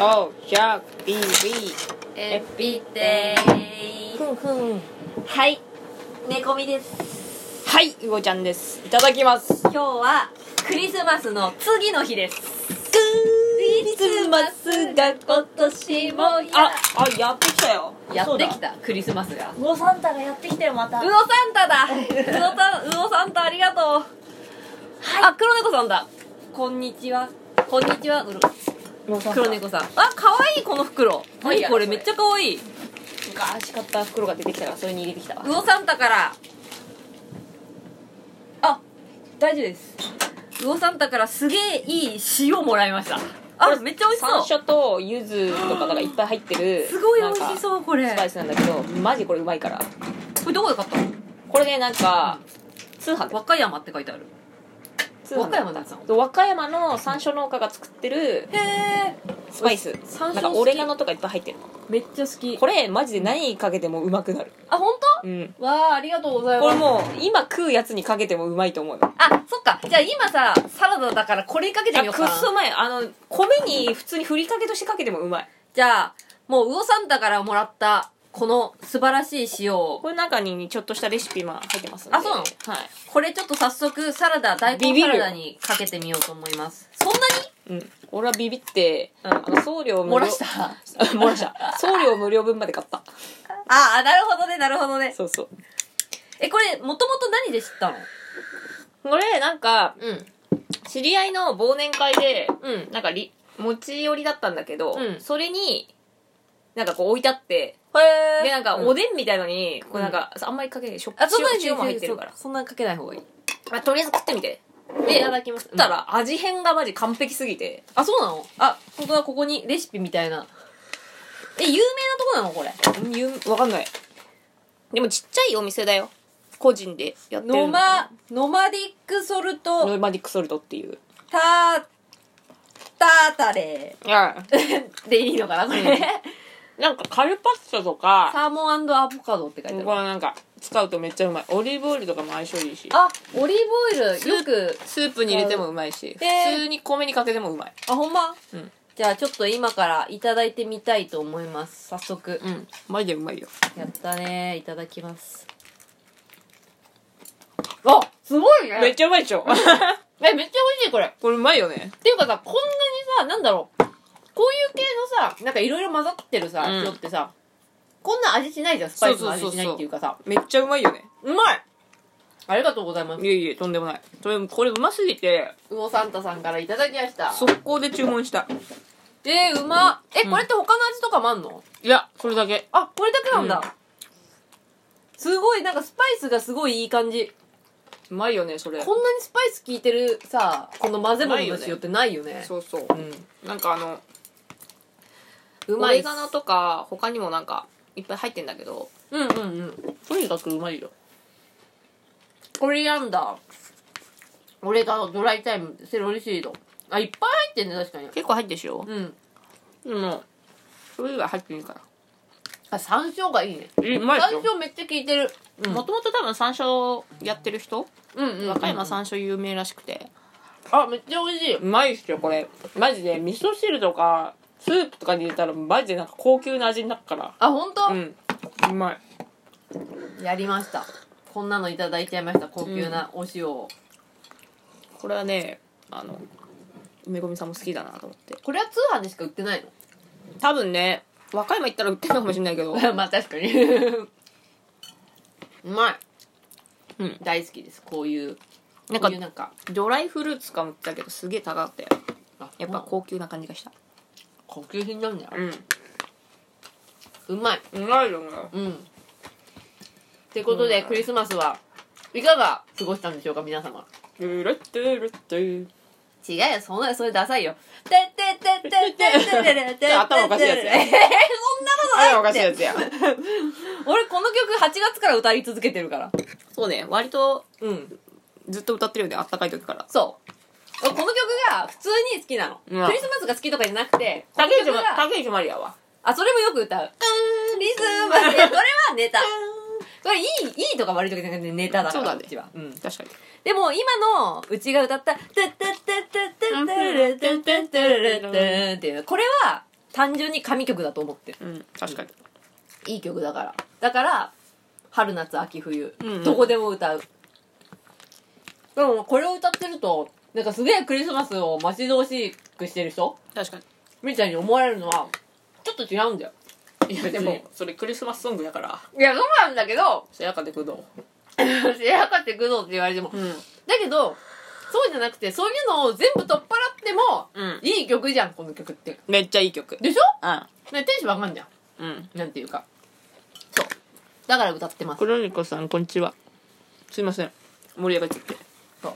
おひゃくビビエビデイふんふんはい猫みですはいうごちゃんですいただきます今日はクリスマスの次の日ですクリスマスが今年もああやってきたよやってきそうだたクリスマスがウオサンタがやってきたよまたウオサンタだウオサンウオサンタありがとう、あ黒猫さんだこんにちはこんにちはうろ黒猫さんあ可愛いこの袋はい何これめっちゃ可愛い昔買った袋が出てきたからそれに入れてきたわウオサンタからあ大丈夫ですウオサンタからすげえいい塩もらいましたあめっちゃ美味し山そう椒と柚子とかがいっぱい入ってるすごい美味しうそうこれスパイスなんだけどマジこれうまいからこれどこで買ったのこれねなんか通販で和歌山って書いてある通販で和歌山のやつなのそう和歌山の山椒農家が作ってるへえスパイス山なん椒かオレガノとかいっぱい入ってるのめっちゃ好きこれマジで何かけてもうまくなるあ本うん当？わあありがとうございこまれすもう今食うやつにかけてもうまいと思うよあそっかじゃあ今さサラダだからこれにかけてあみくっようかなそうまいあの米に普通にふりかけとしてかけてもうまいじゃあもう魚サンタからもらったこの素晴らしい塩をこれ中にちょっとしたレシピ今入ってますんであそうなのはいこれちょっと早速サラダ大ビビる根サよラダにかけてみようと思いますそんなうん、俺はビビって、うんあの送料に無料 漏らした あ 漏らした送料無料分まで買ったあなるほどねなるほどねそうそうえこれもともと何で知ったのこれなんかうん知り合いの忘年会でうんなんかり持ち寄りだったんだけど、うんそれになんかこう置いてあってへでなんかおでんみたいのに、こうなんかあんまりかけないしょっぱ塩も入ってるからそんなかけない方がいいあとりあえず食ってみてででいただきます食ったら味変がマジ完璧すぎてあそうなのあ本当だここにレシピみたいなえ有名なとこなのこれ言うわかんないでもちっちゃいお店だよ個人でやってるノのマノマディックソルトノマディックソルトっていうタタタレあ でいいのかなこうれんなんかカルパッチョとか サーモンアボカドって書いこてれあるなんか使うとめっちゃうまいオリーブオイルとかも相性いいしあオリーブオイルよくスープに入れてもうまいし、えー普通に米にかけてもうまいあほんま、うんじゃあちょっと今からいただいてみたいと思います早速、うんマジでうまいよやったねいただきますあすごいねめっちゃうまいでしょ えめっちゃ美味しいこれこれうまいよねっていうかさこんなにさなんだろうこういう系のさなんかいろいろ混ざってるさ、うん塩ってさこんな味しないじゃんスパイスの味しないっていうかさめっちゃうまいよねうまいありがとうございますいえいえとんでもないそれこれうますぎて魚サンタさんからいただきました速攻で注文したでうまっえうんこれって他の味とかもあんの、いやそれだけあこれだけなんだ、うんすごいなんかスパイスがすごいいい感じうまいよねそれこんなにスパイス効いてるさこの混ぜ物のないよね塩ってないよねそうそうう、んなんかあのうオまいレっすガノとか他にもなんかいっぱい入ってんだけどうんうんうんとにかくうまいよコリアンダー俺がドライタイムセロリシードあいっぱい入ってんね確かに結構入ってるでしょうんでもそれ以外入っていいかあ山椒がいいねらえうまいで山しょ椒めっちゃ効いてる、うん、もともと多分山椒やってる人、うんうんうん和歌山山椒有名らしくてあめっちゃ美味しいうまいっすよこれマジで味噌汁とかスープとかに入れたらマジでなんか高級な味になるからあ本当、うんうまいやりましたこんなのいただいちゃいました高級なお塩を、これはねあの梅込さんも好きだなと思ってこれは通販でしか売ってないの多分ね和歌山行ったら売ってるのかもしれないけど まあ確かにうまい、うん大好きですこういうなんこかういうなんかドライフルーツかもってたけどすげえ高くてやっぱ高級な感じがした高級品なんだよんうまいうまいよねうんってことで、うんクリスマスはいかが過ごしたんでしょうか皆様ルルッテルッテ違うよそんなそれダサ いよ「てってってってってってってってって」頭おかしいやつや えーそんなことないっておかしいやつや俺この曲8月から歌い続けてるからそうね割とうんずっと歌ってるよねあったかい時からそう俺この曲が普通に好きなの、うんクリスマスが好きとかじゃなくてこの竹内曲まが竹内まりやわあそれもよく歌う「リズム」これはネタこれいいいいとか悪いとかじゃなくてネタだかそうらだねこっちはうん確かにでも今のうちが歌った「テッテッテッテッテッテッテッテッテッテッテッテッテッ」っていうのこれは単純に神曲だと思ってるうん確かにいい曲だからだから春夏秋冬、うんうんどこでも歌うでもこれを歌ってるとなんかすげえクリスマスを待ち遠しくしてる人確かにみたいに思われるのはちょっと違うんだよいや別でにもそれクリスマスソングやからいやそうなんだけどせやかでくどせやかって工藤って言われてもううんだけどそうじゃなくてそういうのを全部取っ払ってもうんいい曲じゃんこの曲ってめっちゃいい曲でしょうんねテンションわかんじゃんうんなんていうかそうだから歌ってます黒猫さんこんにちはすいません盛り上がっちゃってそう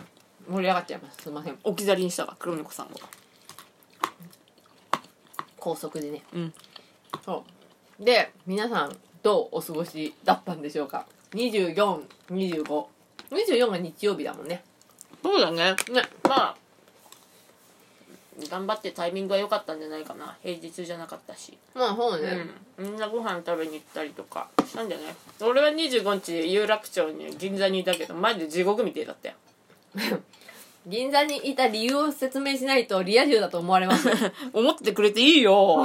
盛り上がっちゃいますすいません置き去りにしたわ黒猫さんを高速でねうんそうで皆さんどうお過ごしだったんでしょうか242524が日曜日だもんねそうだねねまあ頑張ってタイミングは良かったんじゃないかな平日じゃなかったしまあそうね、うんみんなご飯食べに行ったりとかしたんじゃない俺は25日有楽町に銀座にいたけどマジで地獄みてえだったよ銀座にいた理由を説明しないとリア充だと思われ ます思っててくれていいよ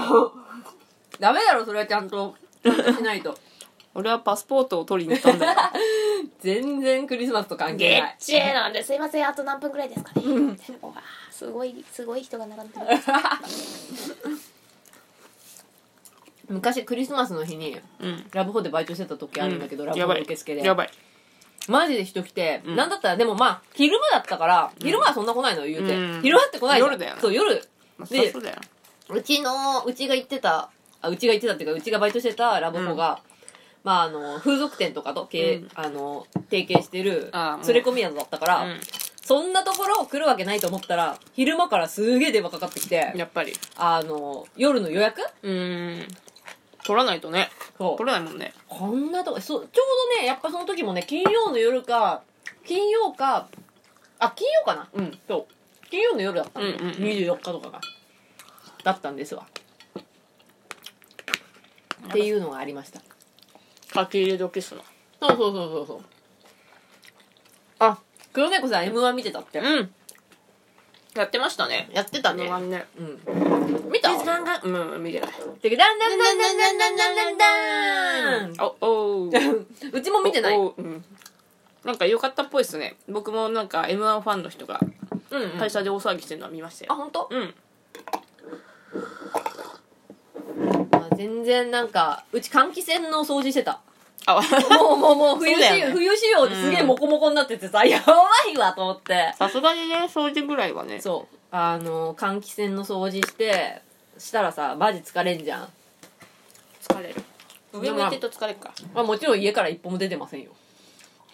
ダメだろそれはちゃんとちゃんとしないと 俺はパスポートを取りに行ったんだよ全然クリスマスと関係ゲないッチーなんで、すいません、あと何分ぐらいですかね。うわーすごい、すごい人が並んでます。昔クリスマスの日にうんラブホでバイトしてた時あるんだけど、ラブやホばのい受付でやばいマジで人来て、うんなんだったらでもまあ昼間だったから、昼間はそんな来ないの言うて、うん昼間って来ないじゃん夜だよねそう夜まあそりゃでそうだようちのうちが行ってたあうちが行ってたっていうかうちがバイトしてたラブホが、まああの風俗店とかと経営、うんあの提携してるああもう連れ込み宿だったから、うそんなところ来るわけないと思ったら昼間からすげえ電話かかってきんてやっぱりあの夜の予約うーん取らないとねそう取れないもんねこんなとこそうちょうどねやっぱその時もね金曜の夜か金曜かあ金曜かなうんそう金曜の夜だったの、うんうんうん24日とかがだったんですわっていうのがありました書き入れ時っすなそうそうそうそうそうあ黒猫さん m 1見てたってうんやってましたねやってたねねねうん見た時間がうん見てないてけだんだんだんだんだんだんだんだんおお う うちも見てないおおううんなんか良かったっぽいっすね僕もなんか m 1ファンの人がうんうん会社で大騒ぎしてるのは見ましたよあ本当？うんまあ全然なんかうち換気扇の掃除してたあ もうもうもう冬そうだ仕,、よね冬仕様ですげえモコモコになっててさ、やばいわと思ってさすがにね掃除ぐらいはねそうあの換気扇の掃除してしたらさマジ疲れんじゃん、疲れる上向いてると疲れるかまあ、もちろん家から一歩も出てませんよ、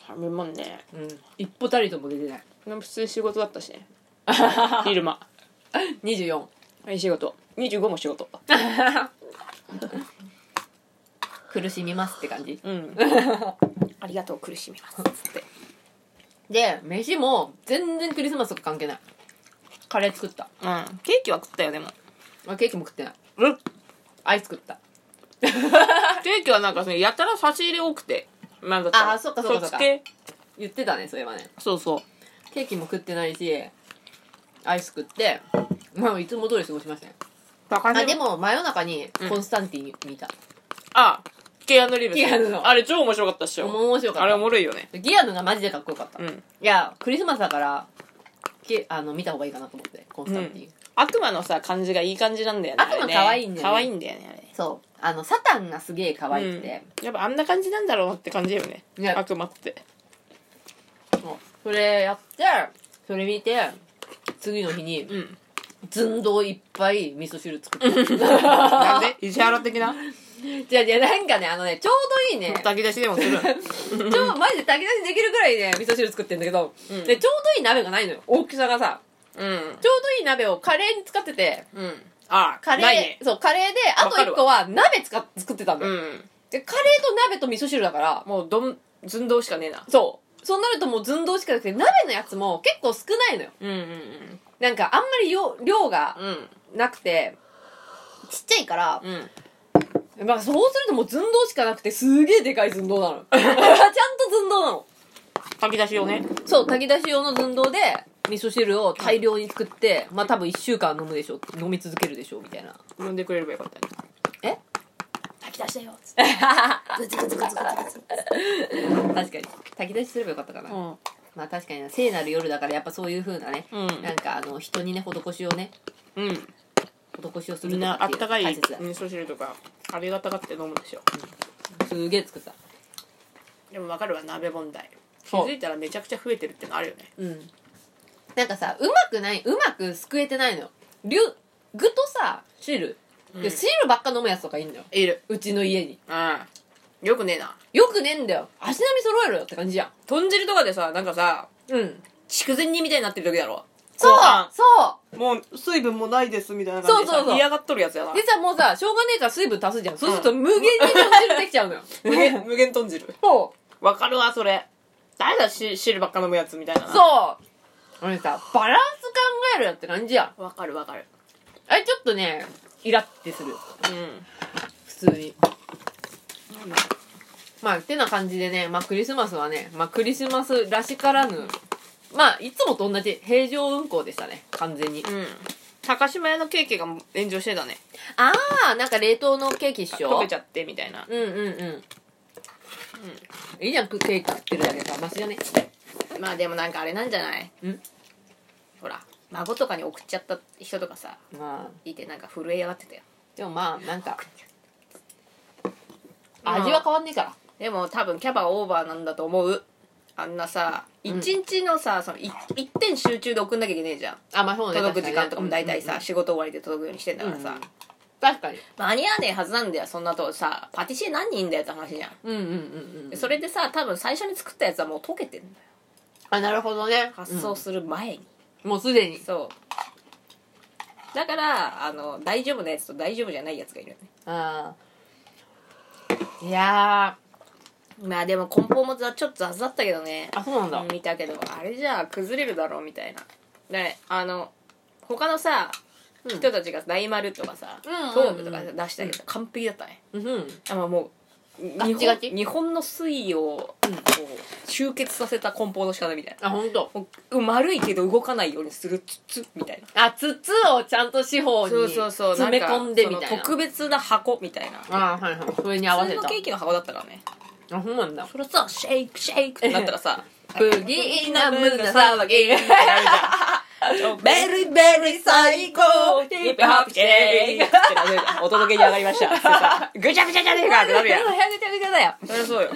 食べもんねうん、一歩たりとも出てないでも普通に仕事だったし ね昼間24はい仕事25も仕事苦しみますって感じうんありがとう苦しみますってで飯も全然クリスマスとか関係ないカレー作ったうんケーキは食ったよでもあケーキも食ってないうんアイス食ったケーキはなんかそのやたら差し入れ多くてなんだったらあーそっかそっかそっかっち系言ってたねそれはねそうそうケーキも食ってないしアイス食ってまあいつも通り過ごしましたねバカあでも真夜中にうんコンスタンティン見た、あケアヌ・リーブスケアヌのあれ超面白かったっしょ面白かったあれおもろいよねギアヌがマジでかっこよかった、ういんやクリスマスだからけあの見た方がいいかなと思ってコンスタンティン、悪魔のさ感じがいい感じなんだよね悪あ魔れね可愛いんだよね可愛いんだよねあれそうあのサタンがすげえ可愛くて、うんやっぱあんな感じなんだろうなって感じよねね悪魔ってそうそれやってそれ見て次の日 にうん寸胴いっぱい味噌汁作 ったなんで石原的なじゃじゃなんかねあのねちょうどいいね炊き出しでもするちょマジで炊き出しできるぐらいね味噌汁作ってんだけど、うんでちょうどいい鍋がないのよ大きさがさうんちょうどいい鍋をカレーに使っててうんあカレー、ないねそうカレーであわとかるわ1個は鍋使っ作ってたんだうよ、んでカレーと鍋と味噌汁だからもうどん寸胴しかねえなそうそうなるともう寸胴しかなくて鍋のやつも結構少ないのようんうんなんかあんまりよ量がうんうんなくてちっちゃいから、うんまあ、そうするともう寸胴しかなくてすげえでかい寸胴 なのちゃんと寸胴なの炊き出しをねそう炊き出し用の寸胴で味噌汁を大量に作って、まあ多分1週間飲むでしょう飲み続けるでしょうみたいな飲んでくれればよかったねえ吐き出してよつってグツグツグツグツグツ確かに炊き出しすればよかったかな、うんまあ確かにな聖なる夜だからやっぱそういう風なね、うんなんかあの人にね施しをねうん施しをすみるんとなあかってたかうい大味切だ、噌汁とかありがたがって飲むでしょすげえ作ったでも分かるわ鍋問題気そうづいたらめちゃくちゃ増えてるってのあるよねうんなんかさうまくないうまくすくえてないのよりゅ具とさ汁、で汁ばっか飲むやつとかいんのよいるうちの家にうんよくねえなよくねえんだよ足並み揃えろよって感じじゃん豚汁とかでさなんかさうん筑前煮みたいになってる時だろそう後半そもう水分もないですみたいな感じでさそうそうそう嫌がっとるやつやなうでさもうさしょうがねえから水分足すじゃんそうすると無限に豚汁できち ゃうのよ無限無限豚汁そわかるわそれ誰だし汁ばっか飲むやつみたいなうそう俺さバランス考えろよって感じやんうわかるわかるあれちょっとねイラってするうん普通にまあてな感じでね、まあ、クリスマスはね、まあ、クリスマスらしからぬまあいつもと同じ平常運行でしたね完全にうん高島屋のケーキが炎上してたねああなんか冷凍のケーキっし溶ょけちゃってみたいなうんうんうん、いいじゃんケーキ食ってるだけさマシじゃねまあでもなんかあれなんじゃないんほら孫とかに送っちゃった人とかさまあいてなんか震え上がってたよでもまあなんかまあ味は変わんねえからでも多分キャバオーバーなんだと思うあんなさ一日のさ、そのい一点集中で送んなきゃいけねえじゃんあまあそうね届く時間とかも大確体にねさ、仕事終わりで届くようにしてんだからさ、うん確かに間に合わねえはずなんだよそんなとさパティシエ何人いんだよって話じゃん、うんうんうんうでんそれでさ多分最初に作ったやつはもう溶けてんだよあなるほどね発送する前に、うんもうすでにそうだからあの大丈夫なやつと大丈夫じゃないやつがいるよねああいやまあでも梱包もざちょっと雑だったけどねーあそうなんだ、見たけどあれじゃあ崩れるだろうみたいなねあの他のさ、うん人たちが大丸とかさ、うんうんうん東武とかで出したけど完璧だったね、うんあまあもう日ガッ本チガチ日本の水位をこう集結させた梱包の仕方みたいなあ本当。もう丸いけど動かないようにするツッツッみたいなあ筒をちゃんと四方にそうそうそう詰め込んでみなたかそいのな特別な箱みたいなあーはいはいそれに合わ普通せたのケーキの箱だったからねあほんまなんだそれさシェイクシェイクってなったら さ不義な無駄騒ぎ ベリーベリー最高ヒップホップシェイクってなるじゃんお届けに上がりましたって さぐちゃぐちゃじゃねえかってなるやんだよそりゃそうよ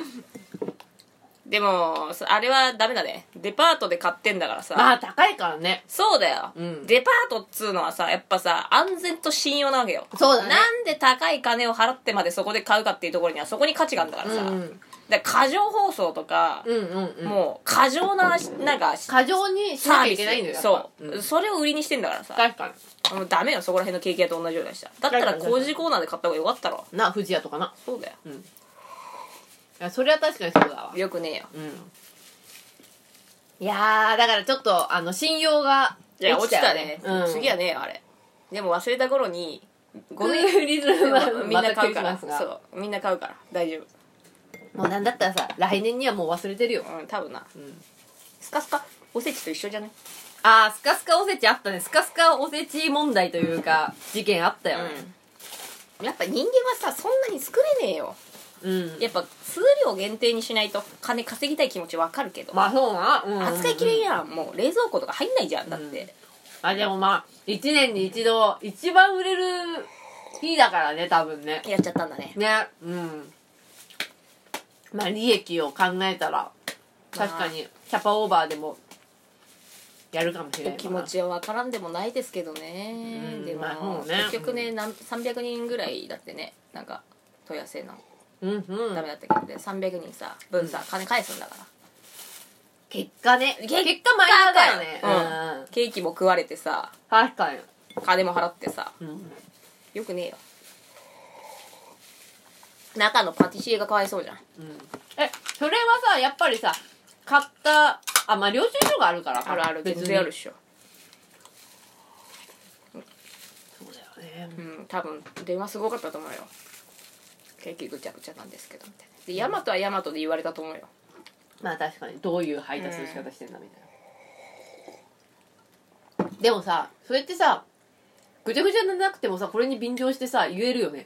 でもそあれはダメだねデパートで買ってんだからさ、まあ高いからねそうだよ、うんデパートっつうのはさやっぱさ安全と信用なわけよそうだねなんで高い金を払ってまでそこで買うかっていうところにはそこに価値があるんだからさ、うんうんで過剰放送とか、うんうんうんもう過剰ななんかサ過剰にしなーきゃビいけないんだスそよう、やっぱんそれを売りにしてんだからさ確かもうダメよそこら辺のケーキ屋と同じようなしただったら確かに工事コーナーで買った方がよかったろにな不二家とかなそうだよいやそれは確かにそうだわよくねえようんいやーだからちょっとあの信用がいや落ちたね、うん次はねえよあれでも忘れた頃にゴミクリスマスみんな買うから、またクリスマスがそうみんな買うから大丈もうなんだったらさ来年にはもう忘れてるよ夫うん多分な、んスカスカおせちと一緒じゃないあースカスカおせちあったねスカスカおせち問題というか事件あったよねうんやっぱ人間はさそんなに作れねえようん、やっぱ数量限定にしないと金稼ぎたい気持ちわかるけど、まあそうな、うんうんうん扱いきれんやんもう冷蔵庫とか入んないじゃんだって、あでもまあ1年に一度一番売れる日だからね多分ねやっちゃったんだねねうんまあ利益を考えたら確かにキャパオーバーでもやるかもしれない気持ちはわからんでもないですけどね、うんでも、まあそうね結局ねなん300人ぐらいだってねなんか問い合わせのうんうんダメだったけどで300人さ分さ、金返すんだから結果ね結果果マイナスだよねうんうんケーキも食われてさ確かに金も払ってさうんよくねえよ中のパティシエがかわいそうじゃんえそれはさやっぱりさ買ったあまあ領収書があるからあるある別全に然あるっしょそうだよねうん多分電話すごかったと思うよケーキぐちゃぐちゃなんですけどみたいなでヤマトはヤマトで言われたと思うよまあ確かにどういう配達の仕方してんだみたいなでもさそれってさぐちゃぐちゃになくてもさこれに便乗してさ言えるよね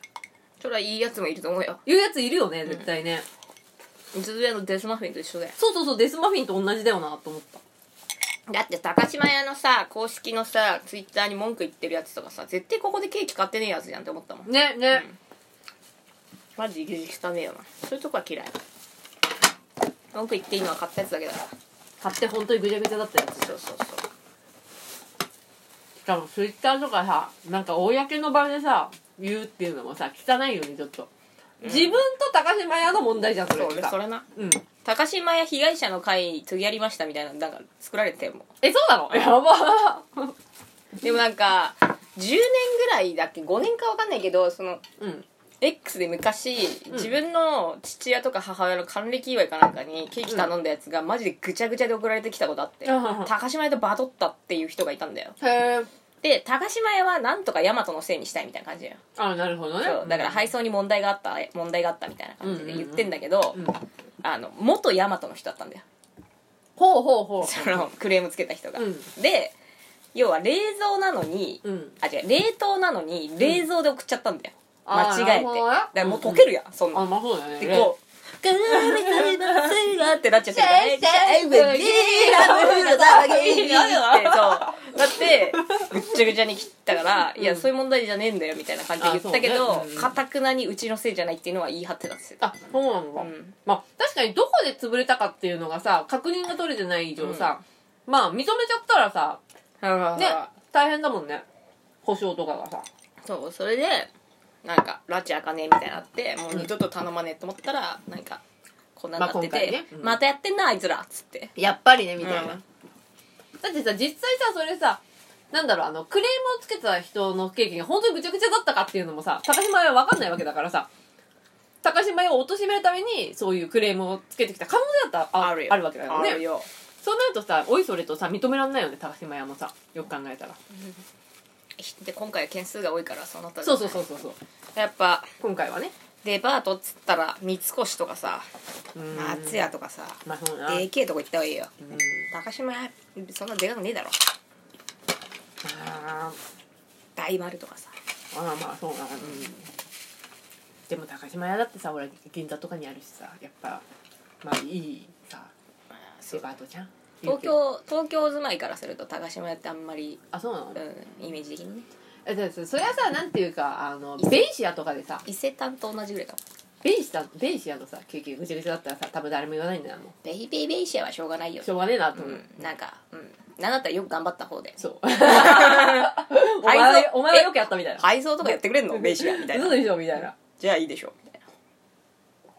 そりゃいいやつもいると思うよ言うやついるよね絶対ね、ずずやのデスマフィンと一緒だよそうそうそうデスマフィンと同じだよなと思っただって高島屋のさ公式のさツイッターに文句言ってるやつとかさ絶対ここでケーキ買ってねえやつじゃんって思ったもんねね、マジイギリス汚ねえよなそういうとこは嫌い文句言っていいのは買ったやつだけだから買って本当にぐちゃぐちゃだったやつそうそうそうしかもツイッターとかさなんか公の場でさ言うっていうのもさ汚いよねちょっと、自分と高島屋の問題じゃんそれそうって俺さそれなうん高島屋被害者の会次やりましたみたいなのなんか作られてたよもえそうな のやばうでもなんか10年ぐらいだっけ5年か分かんないけどそのうん、 X で昔、ん自分の父親とか母親の還暦祝いかなんかにケーキ頼んだやつがマジでぐちゃぐちゃで送られてきたことあって、うん高島屋とバトったっていう人がいたんだよへえで高島屋はなんとか大和のせいにしたいみたいな感じだよあなるほどねそうだから配送に問題があった問題があったみたいな感じで言ってんだけど、うん、あの元大和の人だったんだよほうほうほそのクレームつけた人が、うんで要は冷蔵なのに、ううんあ違う冷凍なのに冷蔵で送っちゃったんだよ、うん間違えてあーなるほだどねからもう溶けるやん、そんなあんまあそうだよねでこう「ガーリックスが」ってなっちゃってるからシェイねシェイブリーってそうだってぐっちゃぐちゃに切ったから「いやそういう問題じゃねえんだよ」みたいな感じで言ったけあそどうねうんかた、くなにうちのせいじゃないっていうのは言い張ってたっつってたあそうなのか、うんまあ確かにどこで潰れたかっていうのがさ確認が取れてない以上さ、まあ認めちゃったらさね大変だもんね保証とかがさそうそれでなんか拉致あかねえみたいになってもう二度と頼まねえと思ったらなんかこんなになってて、ままあ今回ねうんたやってんなあいつらっつってやっぱりねみたいなだってさ実際さそれさなんだろうあのクレームをつけた人のケーキが本当にぐちゃぐちゃだったかっていうのもさ高島屋は分かんないわけだからさ高島屋を貶めるためにそういうクレームをつけてきた可能性だったらあるあるわけだよねあるよそうなるとさおいそれとさ認めらんないよね高島屋もさよく考えたらで今回は件数が多いからそうなったんじゃそうないそうそうそうそうやっぱ今回はねデパートっつったら三越とかさうーん松屋とかさまあそうなでけえとこ行った方がいいようん高島屋そんなでかくねえだろあ大丸とかさーあーまあそうなうんでも高島屋だってさ俺銀座とかにあるしさやっぱまあいいさデパートじゃん東京東京住まいからすると高島屋ってあんまり、あそうなのうん、イメージ的にねえだってそれはさなんていうかあのベイシアとかでさ伊勢丹と同じぐらいかもベイシアベイシアのさケーキがぐちゃぐちゃだったらさ多分誰も言わないんだよもベイベイベイシアはしょうがないようしょうがねえなと思う、うん、なんか、うん、なんだったらよく頑張った方でそう お前はお前はよくやったみたいな配送とかやってくれんのベイシアみたい嘘なでしょみたいなじゃあいいでしょみたいな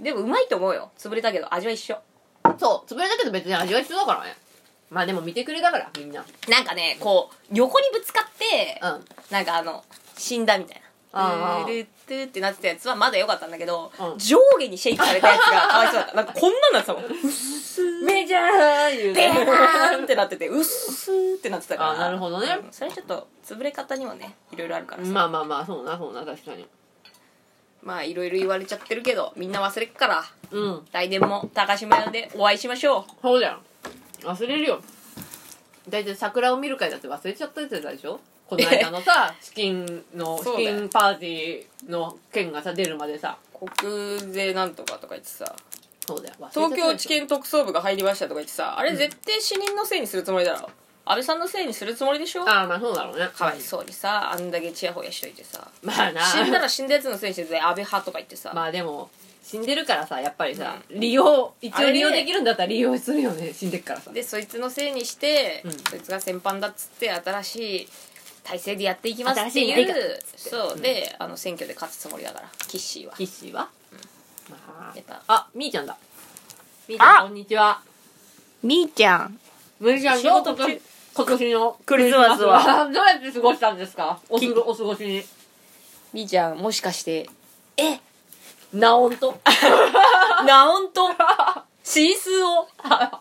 でもうまいと思うよ潰れたけど味は一緒そう潰れたけど別に味は一緒だからねまあでも見てくれだからみんななんかねこう横にぶつかってう、んなんかあの死んだみたいなああルルトゥってなってたやつはまだ良かったんだけど、うん上下にシェイクされたやつがかわいそうだったなんかこんなんなってたもんうっすーメジャー 言うベねーンってなっててうっすーってなってたからあなるほどねうんそれちょっと潰れ方にもねいろいろあるからさ、まあまあまあそうなそうな確かにまあいろいろ言われちゃってるけどみんな忘れっからうん来年も高島屋でお会いしましょうそうだよ忘れるよ大体桜を見る会だって忘れちゃったやつだでしょこの間の さ資金の資そうだよ金パーティーの件がさ出るまでさ国税なんとかとか言ってさそうだよ忘れちゃった東京地検特捜部が入りましたとか言ってさあれ絶対死人のせいにするつもりだろ安倍さんのせいにするつもりでしょかああまあそうだろうねかわいそうにさあんだけチヤホヤしといてさまあな死んだら死んだやつのせいにして安倍派とか言ってさ、まあでも死んでるからさやっぱりさ、利用一応利用できるんだったら利用するよね死んでっからさでそいつのせいにして、うんそいつが先般だっつって新しい体制でやっていきますって新しいいリーうそう、であの選挙で勝つつもりだからキッシーはキッシーは、まやったあ、あみーちゃんだみーちゃんあこんにちはみーちゃんむーちゃん仕事どう今年中今年のクリスマスはどうやって過ごしたんですかおすごお過ごしにみーちゃんもしかしてえなおんと なおんとシースーを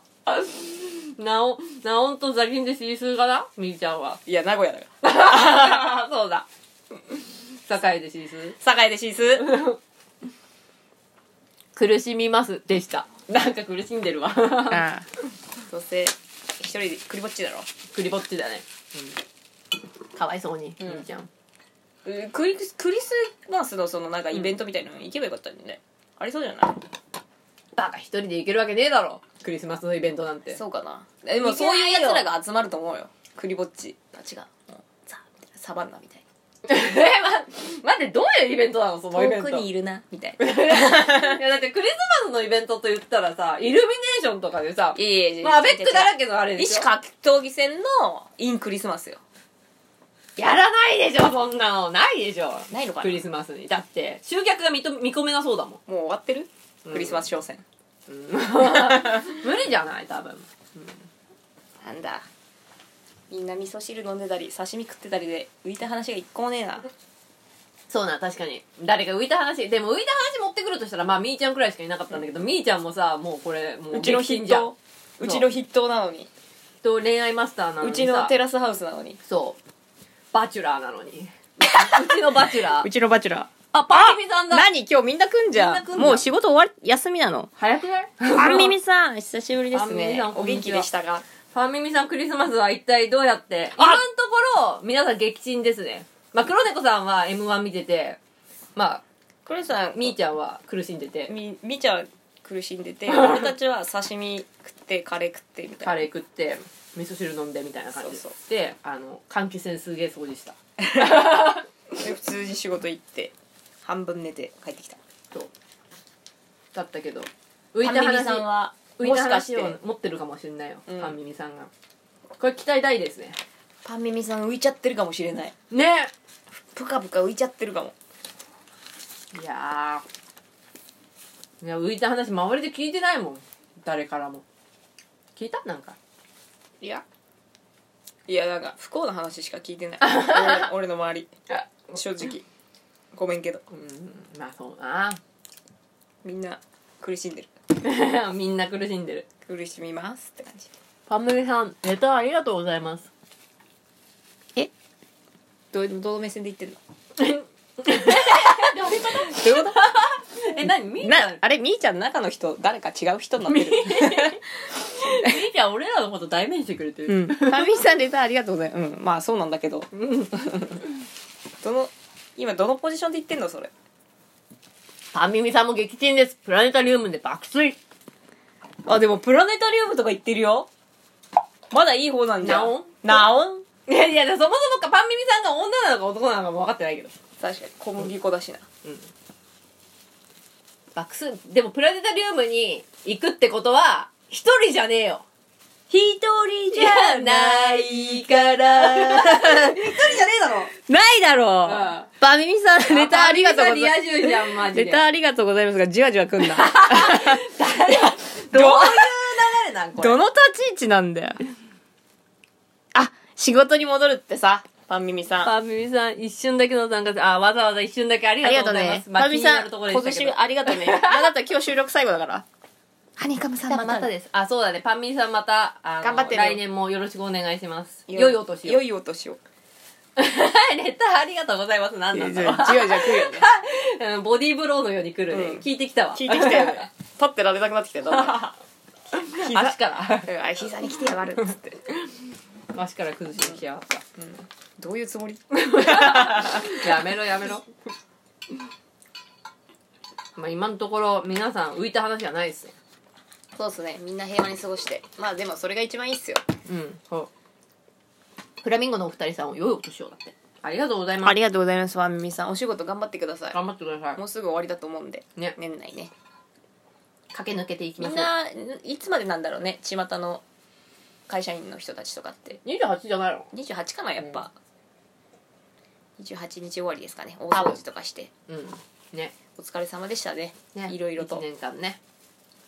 なおなおんとザギンでシースーかなみーちゃ んはいや名古屋だかそうだ堺でシースーら堺でシースー苦しみますでしたなんか苦 しんでるわどうせ一人でクリぼっちだろクリぼっちだねかわいそうに、うんゆりちゃんうんクリクリスマスのそのなんかイベントみたいなのに行けばよかったんだよね、ありそうじゃなバカ一人で行けるわけねえだろクリスマスのイベントなんていそうかなでもそういうやつらが集まると思うよクリぼっちあ違うザみたいなサバンナみたいなえま、待ってどういうイベントなのそのイベン遠トくいにいるなみた いないやだってクリスマスのイベントと言ったらさイルミネーションとかでさやいやいやまあアベックだらけのあれで医し師ょ格闘技戦のインクリスマスよやらないでしょそんなのないでしょないのかなクリスマスにだって集客が見と見込めなそうだもん、もう終わってる、うんクリスマス商戦うん、無理じゃない多分なんだみんな味噌汁飲んでたり刺身食ってたりで浮いた話が一個もねえなそうな確かに誰か浮いた話でも浮いた話持ってくるとしたらまあみーちゃんくらいしかいなかったんだけど、みーちゃんもさもうこれもううちの激筆震じゃん頭うちの筆頭なのにと恋愛マスターなのうにさちのテラスハウスなのにそうバチュラーなのにうちのバチ ュラーちのバチュラーあパーミさんだ何今日みんな来んじみんゃな来んんじゃんもう仕事終わり休みなの早くないあんみみさん久しぶりですあんみみねさんこおんに元ち気はでしたがファミミさんクリスマスは一体どうやって今のところ皆さん激震ですねまあ黒猫さんは m 1見ててまあこれさみーみちゃんは苦しんでてみみーちゃん苦しんで て俺たちは刺身食ってカレー食ってみたカいなレー食って味噌汁飲んでみたいな感じでそうであの換気扇すげえ掃除したで普通に仕事行って半分寝て帰ってきたとだったけど浮いあたんみみ話さんは浮いもたしかし話てを持ってるかもしれないよ、うんファミミさんがこれ期待大ですねパンミミさん浮いちゃってるかもしれないねぷかぷか浮いちゃってるかもいやーいや浮いた話周りで聞いてないもん誰からも聞いたなんかいやいやなんか不幸な話しか聞い てない俺の俺の周り正直ごめんけどうんまあそうな みんな苦しんでるみんな苦しんでる苦しみますって感じファミリーさんネタありがとうございますどどの目線で言ってんの え何みーちゃなんあれみーちゃんの中の人誰か違う人になってるみーちゃん俺らのこと代弁してくれてる、んみーさんレターありがとうございますうんまあそうなんだけどうんどの今どのポジションで言ってんのそれパンミミさんも激震です。プラネタリウムで爆睡。あでもプラネタリウムとか言ってるよまだいい方なんじゃんナオンナオンいやいや、そもそもかパンミミさんが女なのか男なのかも分かってないけど。確かに小麦粉だしな爆睡。でもプラネタリウムに行くってことは、一人じゃねえよ。一人じゃないから。一人じゃねないだろああう。バミミさ ん、ネタありがとうございまリア充じゃん、マす。ジで。ネタありがとうございますが、じわじわ来ん な。どどういう流れなんこれ。どの立ち位置なんだよ。あ、仕事に戻るってさ、バミミさん。パンミミさん、一瞬だけの参加で、あ、わざわざ一瞬だけありありががととううございまねす。。バミミまさ、あ気になんるところ今でしたけ年ど。ありがとうね。なかったら今日収録最後だから。ハニカムさまあまたです。あ、そうだね。パンミミさんまた、あの頑張ってね来年もよろしくお願いします。良いお年 を。良いお年を。はい、レターありがとうございます。なんじなわんじだわろう。来るよね。 うんボディーブローのように来るね。うん聞いてきたわ。聞いてきたよね。 立ってられなくなってきたよ、だんだん膝 足から。 うんあれ膝に来てやがるっつって。足から崩してきやがっどういうつもりた。やめろやめろ。まあ今のところ皆さん浮いた話はないですね。そうですねみんな平和に過ごしてまあでもそれが一番いいっすようん、そう。フラミンゴのお二人さんを良いお年をだって。ありがとうございまあす。りがとうございますファミミさんお仕事頑張ってください頑張ってくださもうすぐ終わりだと思うんで、ね年内ねい。駆け抜けていきみましんょう。ないつまでなんだろうね巷の会社員の人たちとかって28じゃないの28かなやっぱ、28日終わりですかね大掃除とかしてうん。ね。お疲れ様でしたねね。いろいろと1年間ね。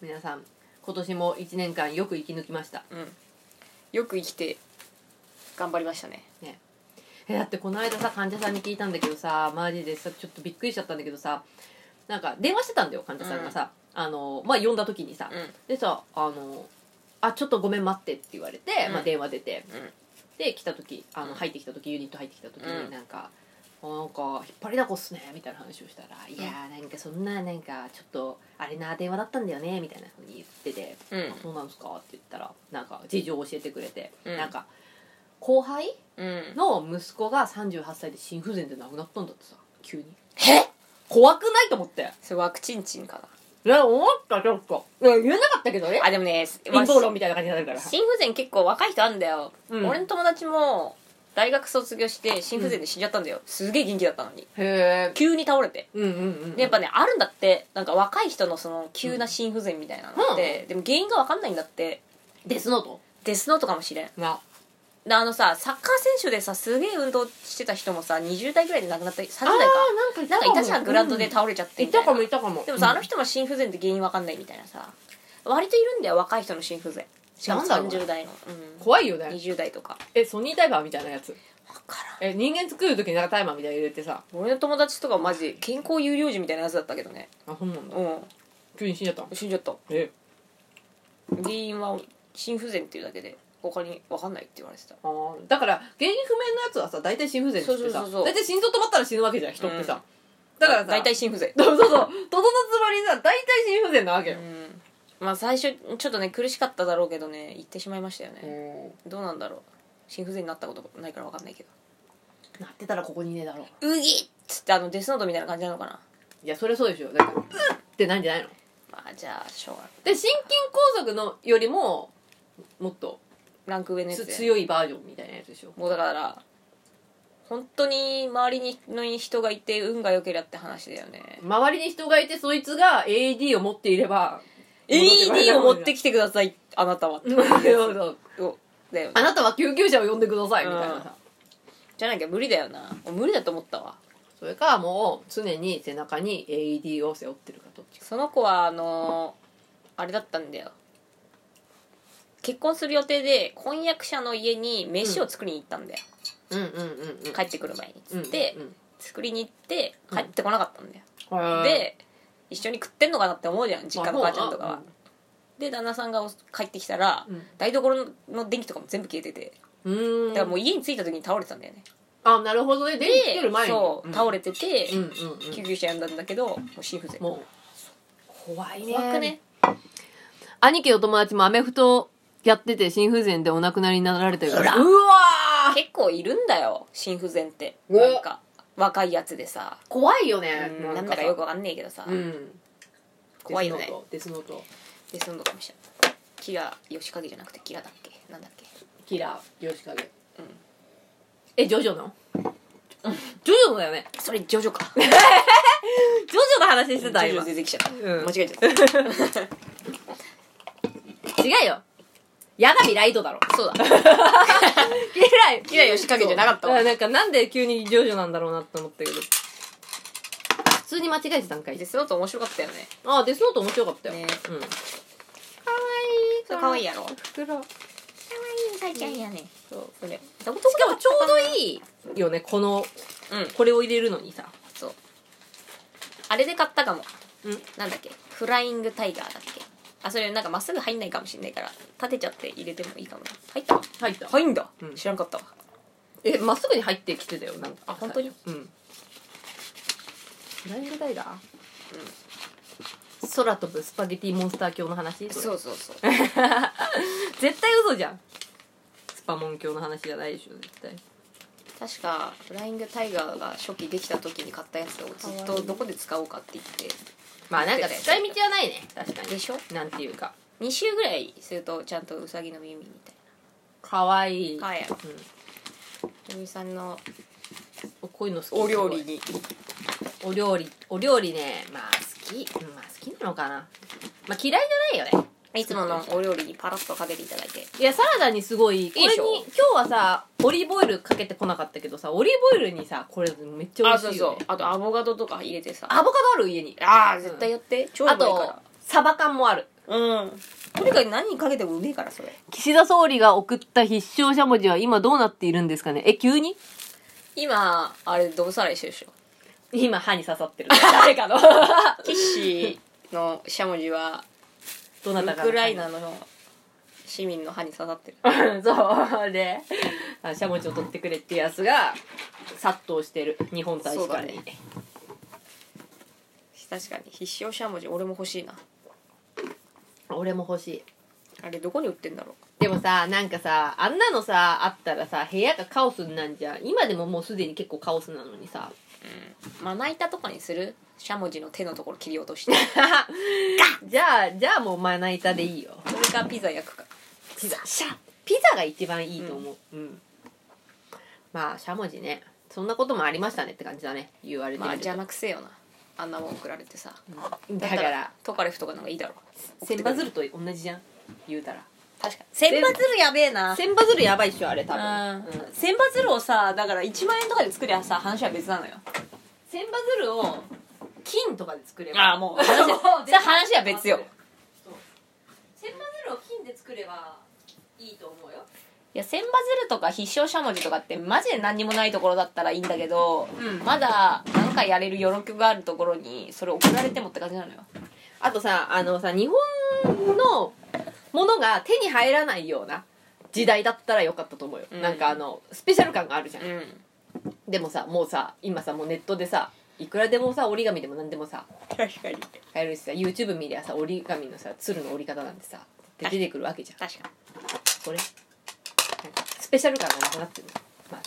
皆さん、今年も1年間よく生き抜きました。うんよく生きて頑張りましたねえだってこの間さ患者さんに聞いたんだけどさマジでさちょっとびっくりしちゃったんだけどさなんか電話してたんだよ患者さんがさ、あのまあ呼んだ時にさ、うんでさあのあちょっとごめん待ってって言われて、うんまあ、電話出て、うんで来た時あのうん入ってきた時ユニット入ってきた時うにんなんか、あなんか引っ張りだこっすねみたいな話をしたら「いやーなんかそんななんかちょっとあれな電話だったんだよね」みたいなふうに言っててうんあそうなんですか?」って言ったらなんか事情を教えてくれて、うんなんか「後輩うんの息子が38歳で心不全で亡くなったんだってさ急にえ怖くないと思ってそれワクチンチンかいや思ったちょっといや言えなかったけどねなあでもね陰謀論みたいな感じになるから心不全結構若い人あんだよ、うん俺の友達も大学卒業して心不全で死んじゃったんだよ、すげえ元気だったのにへえ急に倒れてうんうんうんでやっぱねあるんだってなんか若い人のその急な心不全みたいなのって、でも原因が分かんないんだってデスノートデスノートかもしれんなであのさサッカー選手でさすげえ運動してた人もさ20代ぐらいで亡くなったり30代かかいなんかいたじゃんグラウンドでうん倒れちゃっていみたたいなかもいたかもでもさ、あの人も心不全って原因分かんないみたいなさ割といるんだよ若い人の心不全しかもなんだろうね30代の、怖いようん、ね20代とかえソニータイマーみたいなやつ分からんえ人間作る時になんかタイマーみたいなの入れてさ俺の友達とかマジ健康有料児みたいなやつだったけどねあそうなんだうん急に死んじゃったの死んじゃったえ原因は心不全っていうだけで他に分かんないって言われてたあーだから原因不明のやつはさ大体心不全って言ってそうさそうそうそう大体心臓止まったら死ぬわけじゃん人ってさ、だからさ大体心不全 そうそうそうとどのつまりさ大体心不全なわけよう、んまあ最初ちょっとね苦しかっただろうけどね行ってしまいましたよね、おどうなんだろう心不全になったことないから分かんないけーなってたらここにいねえだろうどうぎっつってあのデスノートみたいな感じなのかないやそれそうでしょだからうっってなんじゃないのまあじゃあしょうがないで心筋梗塞のよりももっとランク上のやつつで強いバージョンみたいなやつでしょもうだから本当に周りにの人がいて運が良けりゃって話だよね周りに人がいてそいつが AED を持っていれば AED を持ってききてくださいあなたはってなるほどおだよねあなたは救急車を呼んでくださいみたいなさ、じゃなきゃ無理だよな無理だと思ったわそれかもう常に背中に AED を背負ってるかどっちかその子はあのあれだったんだよ結婚する予定で婚約者の家に飯を作りに行ったんだよ、うんうんうんうん帰ってくる前につって、うんうん作りに行って帰ってこなかったんだよ、うん、で一緒に食ってんのかなって思うじゃん実家の母ちゃんとかまあはまあで旦那さんがお帰ってきたら、うん台所の電気とかも全部消えてて、うーんだからもう家に着いた時に倒れてたんだよねあなるほどね電気つける前にそう、倒れれてて、うんうんうん救急車呼んだんだけどもう心不全もう怖いね怖くね兄貴の友達もアメフトやってて心不全でお亡くなりになられてるからうわー結構いるんだよ心不全っておなんか若いやつでさ、怖いよねうんなんだかよくわかんねえけどさ、うん怖いよねデスノートデスでそノートのかもしれないキラ吉影じゃなくてキラだっけなんだっけキラー吉影うんえジョジョのジョジョのだよねそれジョジョ かジョジョの話してジたョジョ今出違てきちゃった、う間ん違えちゃったうよ矢神ライトだろそうだ キラーキラ吉影じゃなかったわなんかなんで急にジョジョなんだろうなって思ったけど普通に間違えてたんかいデスノート面白かったよねあデスノート面白かったよ、ねうんそれ可愛いやろ袋最ちゃんやねそうそれしかもしかもちょうどいいよねこのうんこれを入れるのにさそうあれで買ったかもうんなんだっけフライングタイガーだっけあそれなんかまっすぐ入んないかもしんないから立てちゃって入れてもいいかもな入った入った入んだ、うん知らんかったわえまっすぐに入ってきてたよなんかあ本当にうんフライングダイガー、空飛ぶスパゲティモンスター教の話そううそうそう絶対嘘じゃんスパモン教の話じゃないでしょ絶対確かフライングタイガーが初期できた時に買ったやつをずっとどこで使おうかって言っまあなんか使い道はないね確かてにでしょなんていうか2週ぐらいするとちゃんとウサギの耳みたいかわいい、なはいうんおみさんのお、こういうの好きお料理にお料理お料理ねまあ好きうんまあ好きなのかなまあ嫌いじゃないよねいつものお料理にパラッと食べていただいていやサラダにすごいこれいいにでしょ今日はさオリーブオイルかけてこなかったけどさオリーブオイルにさこれめっちゃ美あ味しいそよ、うね、そうあとアボカドとか入れてさアボカドある家にああ絶対やって、超うまあいかとサバ缶もあるらうんとにかく何にかけてもうめえからそれ岸田総理が送った必勝しゃもじは今どうなっているんですかねえ急に今あれどうさらいしてるでしょ今歯に刺さって る誰かのどキッシーのしゃもじはなウたかのクライナの市民の歯に刺さってる そうであしゃもじを取ってくれってやつが殺到してる日本大使館に、そうだ確かに必勝しゃもじ俺も欲しいな俺も欲しいあれどこに売ってんだろうでもさなんかさあんなのさあったらさ部屋がカオスになんじゃん今でももうすでに結構カオスなのに さまな板とかにするしゃもじの手のところ切り落 としてじゃあじゃあもうまな板でいいよそれかピザ焼くかピザシャピザが一番いいと思ううん、まあしゃもじねそんなこともありましたねって感じだね言われてまあみると、邪魔くせえよなあんなもん送られてさだからトカレフとかの方がいいだろ千羽鶴と同じじゃん言うたら確かに千羽鶴やべえな千羽鶴やばいっしょあれ多分、うんうん千羽鶴をさだから1万円とかで作りゃさ話は別なのよ千羽鶴を金とかで作ればああ もう 話はそれ話は別よそう千羽鶴を金で作ればいいと思うよいや千羽鶴とか必勝しゃもじとかってマジで何にもないところだったらいいんだけど、うんまだなんかやれる余力があるところにそれ送られてもって感じなのよあとさあのさ日本のものが手に入らないような時代だったらよかったと思うよ、うんなんかあのスペシャル感があるじゃん、んでもさもうさ今さもうネットでさいくらでもさ折り紙でも何でもさ確かに買えるしさ YouTube 見りゃさ折り紙のさ鶴の折り方なんてさ出てくるわけじゃん確かこれなんかスペシャル感がなくなってるまあ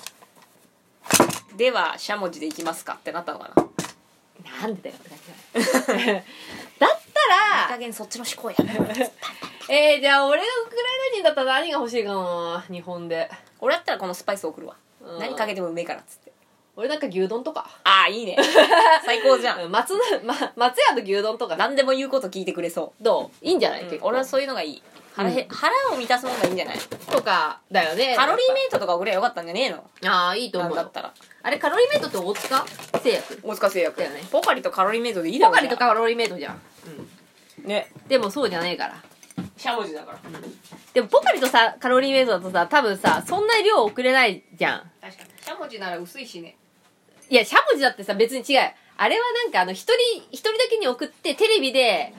にではしゃもじでいきますかってなったのかななんでだよって感じだ ねだったら減そっちの思考やえー、じゃあ俺がウクライナ人だったら何が欲しいかな日本で 俺だったらこのスパイス送るわ、うん何かけてもうめえからっつって俺なんか牛丼とかああいい ね最高じゃん、うん松の、ま、松屋の牛丼とか何でも言うこと聞いてくれそどういいんじゃなう、い、うん結構俺はそういうのがいい腹へ、腹を満たすものがいいんじゃないとかだよねカロリーメイトとか送りゃよかったんじゃねえのああいいとなん思うだよったらあれカロリーメイトって大塚製薬大塚製薬だよねポカリとカロリーメイトでいいだポろカリとカロリーメイトじゃん、ねでもそうじゃないからしゃもじだからでもポカリとさカロリーメイトだとさ多分さそんな量送れないじゃん確かにしゃもじなら薄いしねいやしゃもじだってさ別に違うあれはなんかあの一人一人だけに送ってテレビで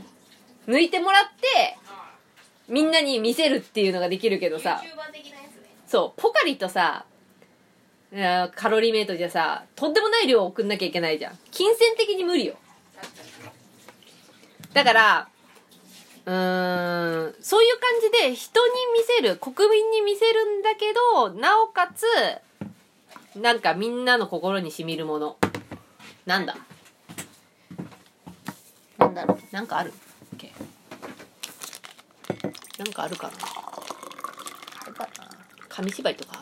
抜いてもらってみんなに見せるっていうのができるけどさ的なやつねそうポカリとさうんカロリーメイトじゃさとんでもない量を送んなきゃいけないじゃん金銭的に無理よだからうーんそういう感じで人に見せる国民に見せるんだけどなおかつなんかみんなの心にしみるものなんだなんだろうなんかあるなんかあるかなあれかな紙芝居とか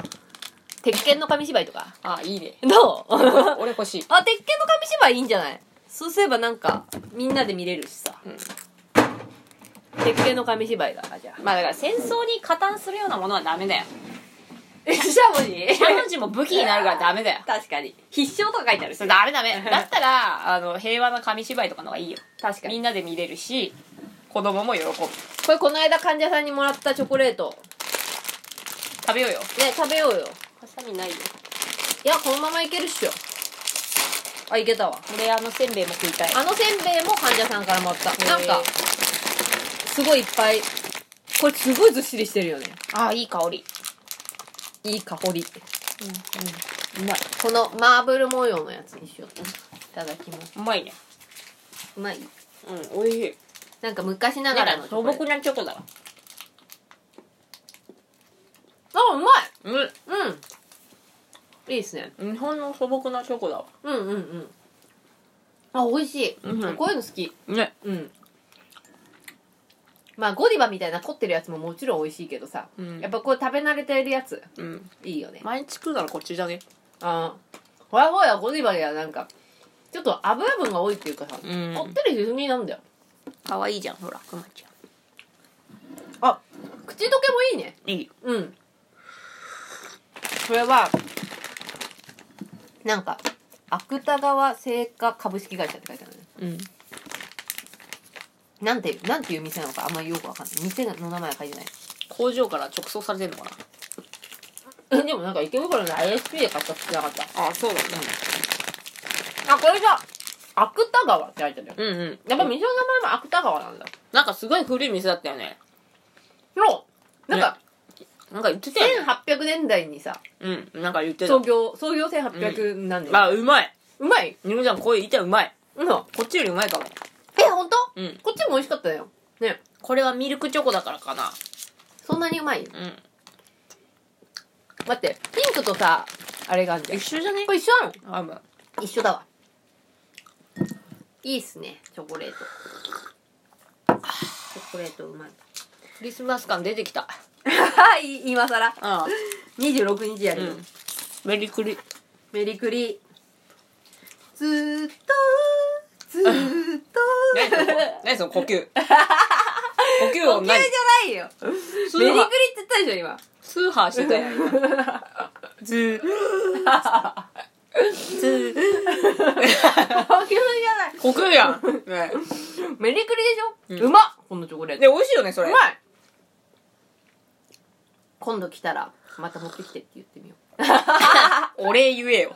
鉄拳の紙芝居とかあいいねどう 俺 欲しいあ、鉄拳の紙芝居いいんじゃないそうすればなんか、みんなで見れるしさ。うん鉄拳の紙芝居だな、じゃあ。まあだから戦争に加担するようなものはダメだよえ、しゃもじしゃもじも武器になるからダメだよ確かに。必勝とか書いてあるそれダメダメだったらあの平和な紙芝居とかの方がいいよ確かみに。んなで見れるし子供も喜ぶこれこの間患者さんにもらったチョコレート。食べようよね、食べようよ。ハサミないよいや、このままいけるっしょ。あ、いけたわ。俺あのせんべいも食いたいあのせんべいも患者さんからもらった。ななんんかか、すごいいっぱい。これすごいずっしりしてるよね。あいい香りいい香り。うまいこのマーブル模様のやつにしよう。いただきます。うまいねうまい。うんおいしいなんか昔なだがかららのチ素ョコレ朴ートなチョコだわあ、うまうんいうん。いいですね。日本の素朴なチョコだわうんうんうん。あ、美味しい。うんこういうの好き。ねうん。まあ、ゴディバみたいな凝ってるやつももちろん美味しいけどさ。うんやっぱこう食べ慣れてるやつ、うんいいよね。毎日食うならこっちだねああ。ほやほやゴディバやなんか、ちょっと油分が多いっていうかさ、うんこってりしすぎなんだよ。かわいいじゃんほらくまちゃあ、口溶けもいいね。んいいうん。これは、なんか、芥川製菓株式会社って書いてあるね。うんなんていう、なんていう店なのかあんまりよくわかんない。店の名前は書いてない。工場から直送されてんのかえ、でもなんか池袋の ISP で買ったって言ってなかった。なあそうだねあ、これさ、芥川って書いてあるよ。うんうんやっぱ店の名前も芥川なんだ。なんかすごい古い店だったよねそうなんか、なんか言ってたよね1800年代にさ、うんなんか言ってた創業、創業1800何年。あうまいうまいニムちゃんこういう板うまいうん。え、ほこっちよりうまいかもんとうんこっちも美味しかったよ。ね。これはミルクチョコだからかなそんなにうまいうん待ってピンクとさあれがあるじゃん一緒じゃねこれ一緒なのハム一緒だわいいっすねチョコレートチョコレートうまいクリスマス感出てきた はい今更う26日やるよ、んメリク リメリクリずーっとずーっと何 その何その呼 吸呼吸呼音何吸じゃないよスメリークリっハて言ったでしょ今 スーハーしてた よ今ずーず呼吸じゃないー呼吸やんねメリクリでしょ、ううんまっこのチョコレートで美味しいよねそれうまい今度来たらまた持ってきてって言ってみようお礼言 えよ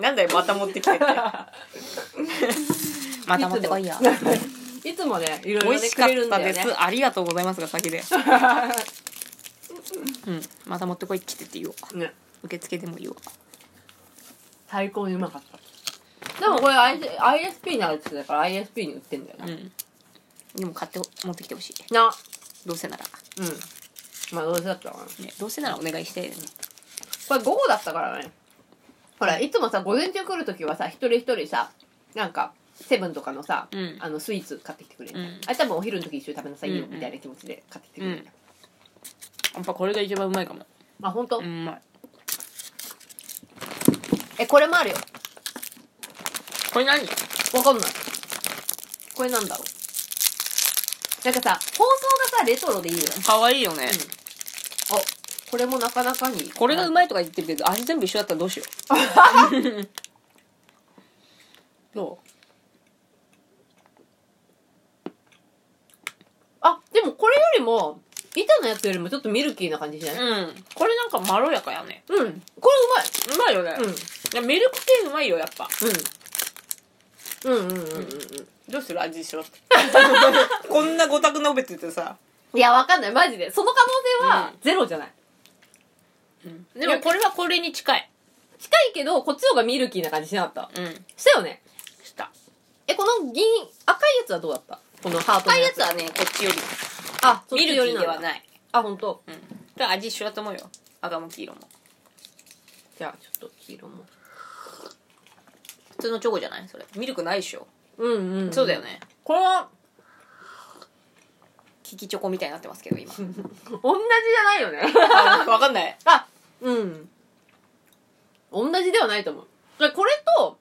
なんだよまた持ってきてって また持ってこいよいつもねいろい美ろね味しくかっれるんただよでねす、ありがとうございますが先 でうんまた持ってこい来てって言おうね受付でも言おう最高にうまかったでもこれ I- ISP になるって言ってたから ISP に売ってんだよね、うんでも買って持ってきてほしいなどうせなら、うんまあどうせだったらなね、どうせならお願いして、これ午後だったからねほらいつもさ午前中来る時はさ一人一人さなんかセブンとかのさ、うんあのスイーツ買ってきてくれる、うんあれ多分お昼の時一緒に食べなさいよ、うんうんみたいな気持ちで買ってきてくれる、やっぱこれが一番うまいかもあ本当、うまいえこれもあるよこれ何わかんないこれなんだろうなんかさ放送がさレトロでいいよねかわいいよね、あこれもなかなかにこれがうまいとか言ってるけど味全部一緒だったらどうしようどあでもこれよりも板のやつよりもちょっとミルキーな感じしなういうんこれなんかまろやかやねうん、こうまいよねれうまいうんいやミルク系うまいよやっぱうんうんうんうんうんうんどうする味しろ こんなごたくのべっててさいやわかんないマジでその可能性はうゼロじゃない、でもこれはこれに近い近いけどこっちの方がミルキーな感じしなかったうんしたよねしたえこの銀赤いやつはどうだったこのハート赤のいややつつはねこっちよりあそっミちルキ寄りーではんだないあ本当。うんだから味一緒だと思うよ赤も黄色もじゃあちょっと黄色も普通のチョコじゃないそれミルクないっしょ、うんうん、そうだよねこれはキキチョコみたいになってますけど今同じじゃないよね あわかんないあうん同じではないと思うだからこれと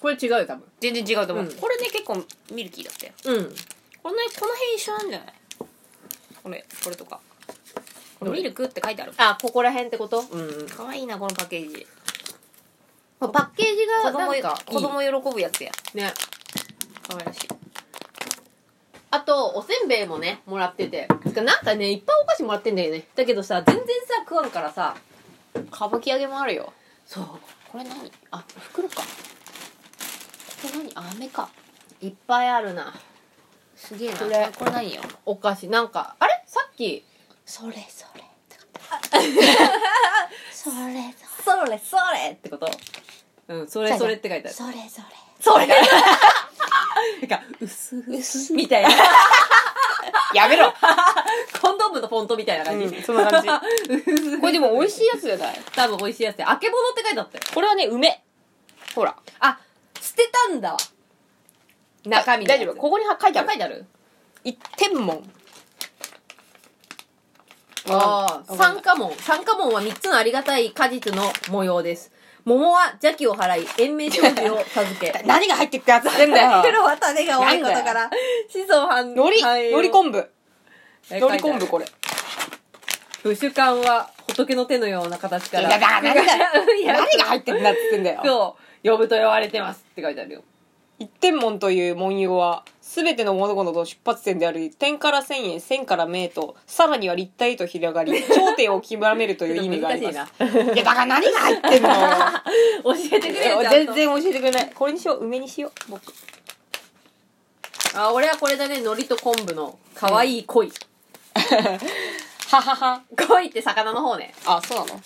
これ違うよ多分 全然違うと思う、うんこれね結構ミルキーだったようんこのこの辺一緒なんじゃないこれこれとかこれミルクって書いてあるあここら辺ってことうんかわいいなこのパッケージパッケージ子が供なんかいい子供喜ぶやつやねかわいらしいあとおせんべいもねもらってててかなんかねいっぱいお菓子もらってんだよねだけどさ全然さ食わんからさ歌舞伎揚げもあるよそうこれ何あ袋かこれ何あ飴かいっぱいあるなすげえなここれれこれ何よお菓子なんかあれさっきそれそれそれそれ「それそれ」ってことうん「それそれ」って書いてあるそれそ「それ」なんか「うすうす」み たいなれやめろ コンドームのフォントみたいな感じ、うんそんな 感じ薄いこれでも美味しいやつじゃない多分美味しいやつで「あけぼの」って書いてあったよこれはね梅ほらあ捨てたんだわ中身の大やつ丈夫ここには書いてあ書いるてある一点門ああ、三酸化門。酸化門は3つのありがたい果実の模様です。桃は邪気を払い、延命長寿を授 け。何が入ってるってやつってん だよ黒は種が多いことなかんだら、 子孫繁のりのり昆布布のり昆布これブシュカンは仏の手のような形から。いやだから何 だいや何が入ってるんだっつってんだよそう、呼ぶと呼ばれてますって書いてあるよ。一点門という文様は全ての物事の出発点であり点から線へ線から明へとさらには立体へと広が り頂点を極めるという意味がありますちょっいやだから何が入ってんの 教えてくれよ、ちゃんと全然。教えてくれないこれにしよう梅にしよう 僕あ、俺はこれだね、海苔と昆布の可愛い鯉。ははは鯉って魚の方ね。あそうなの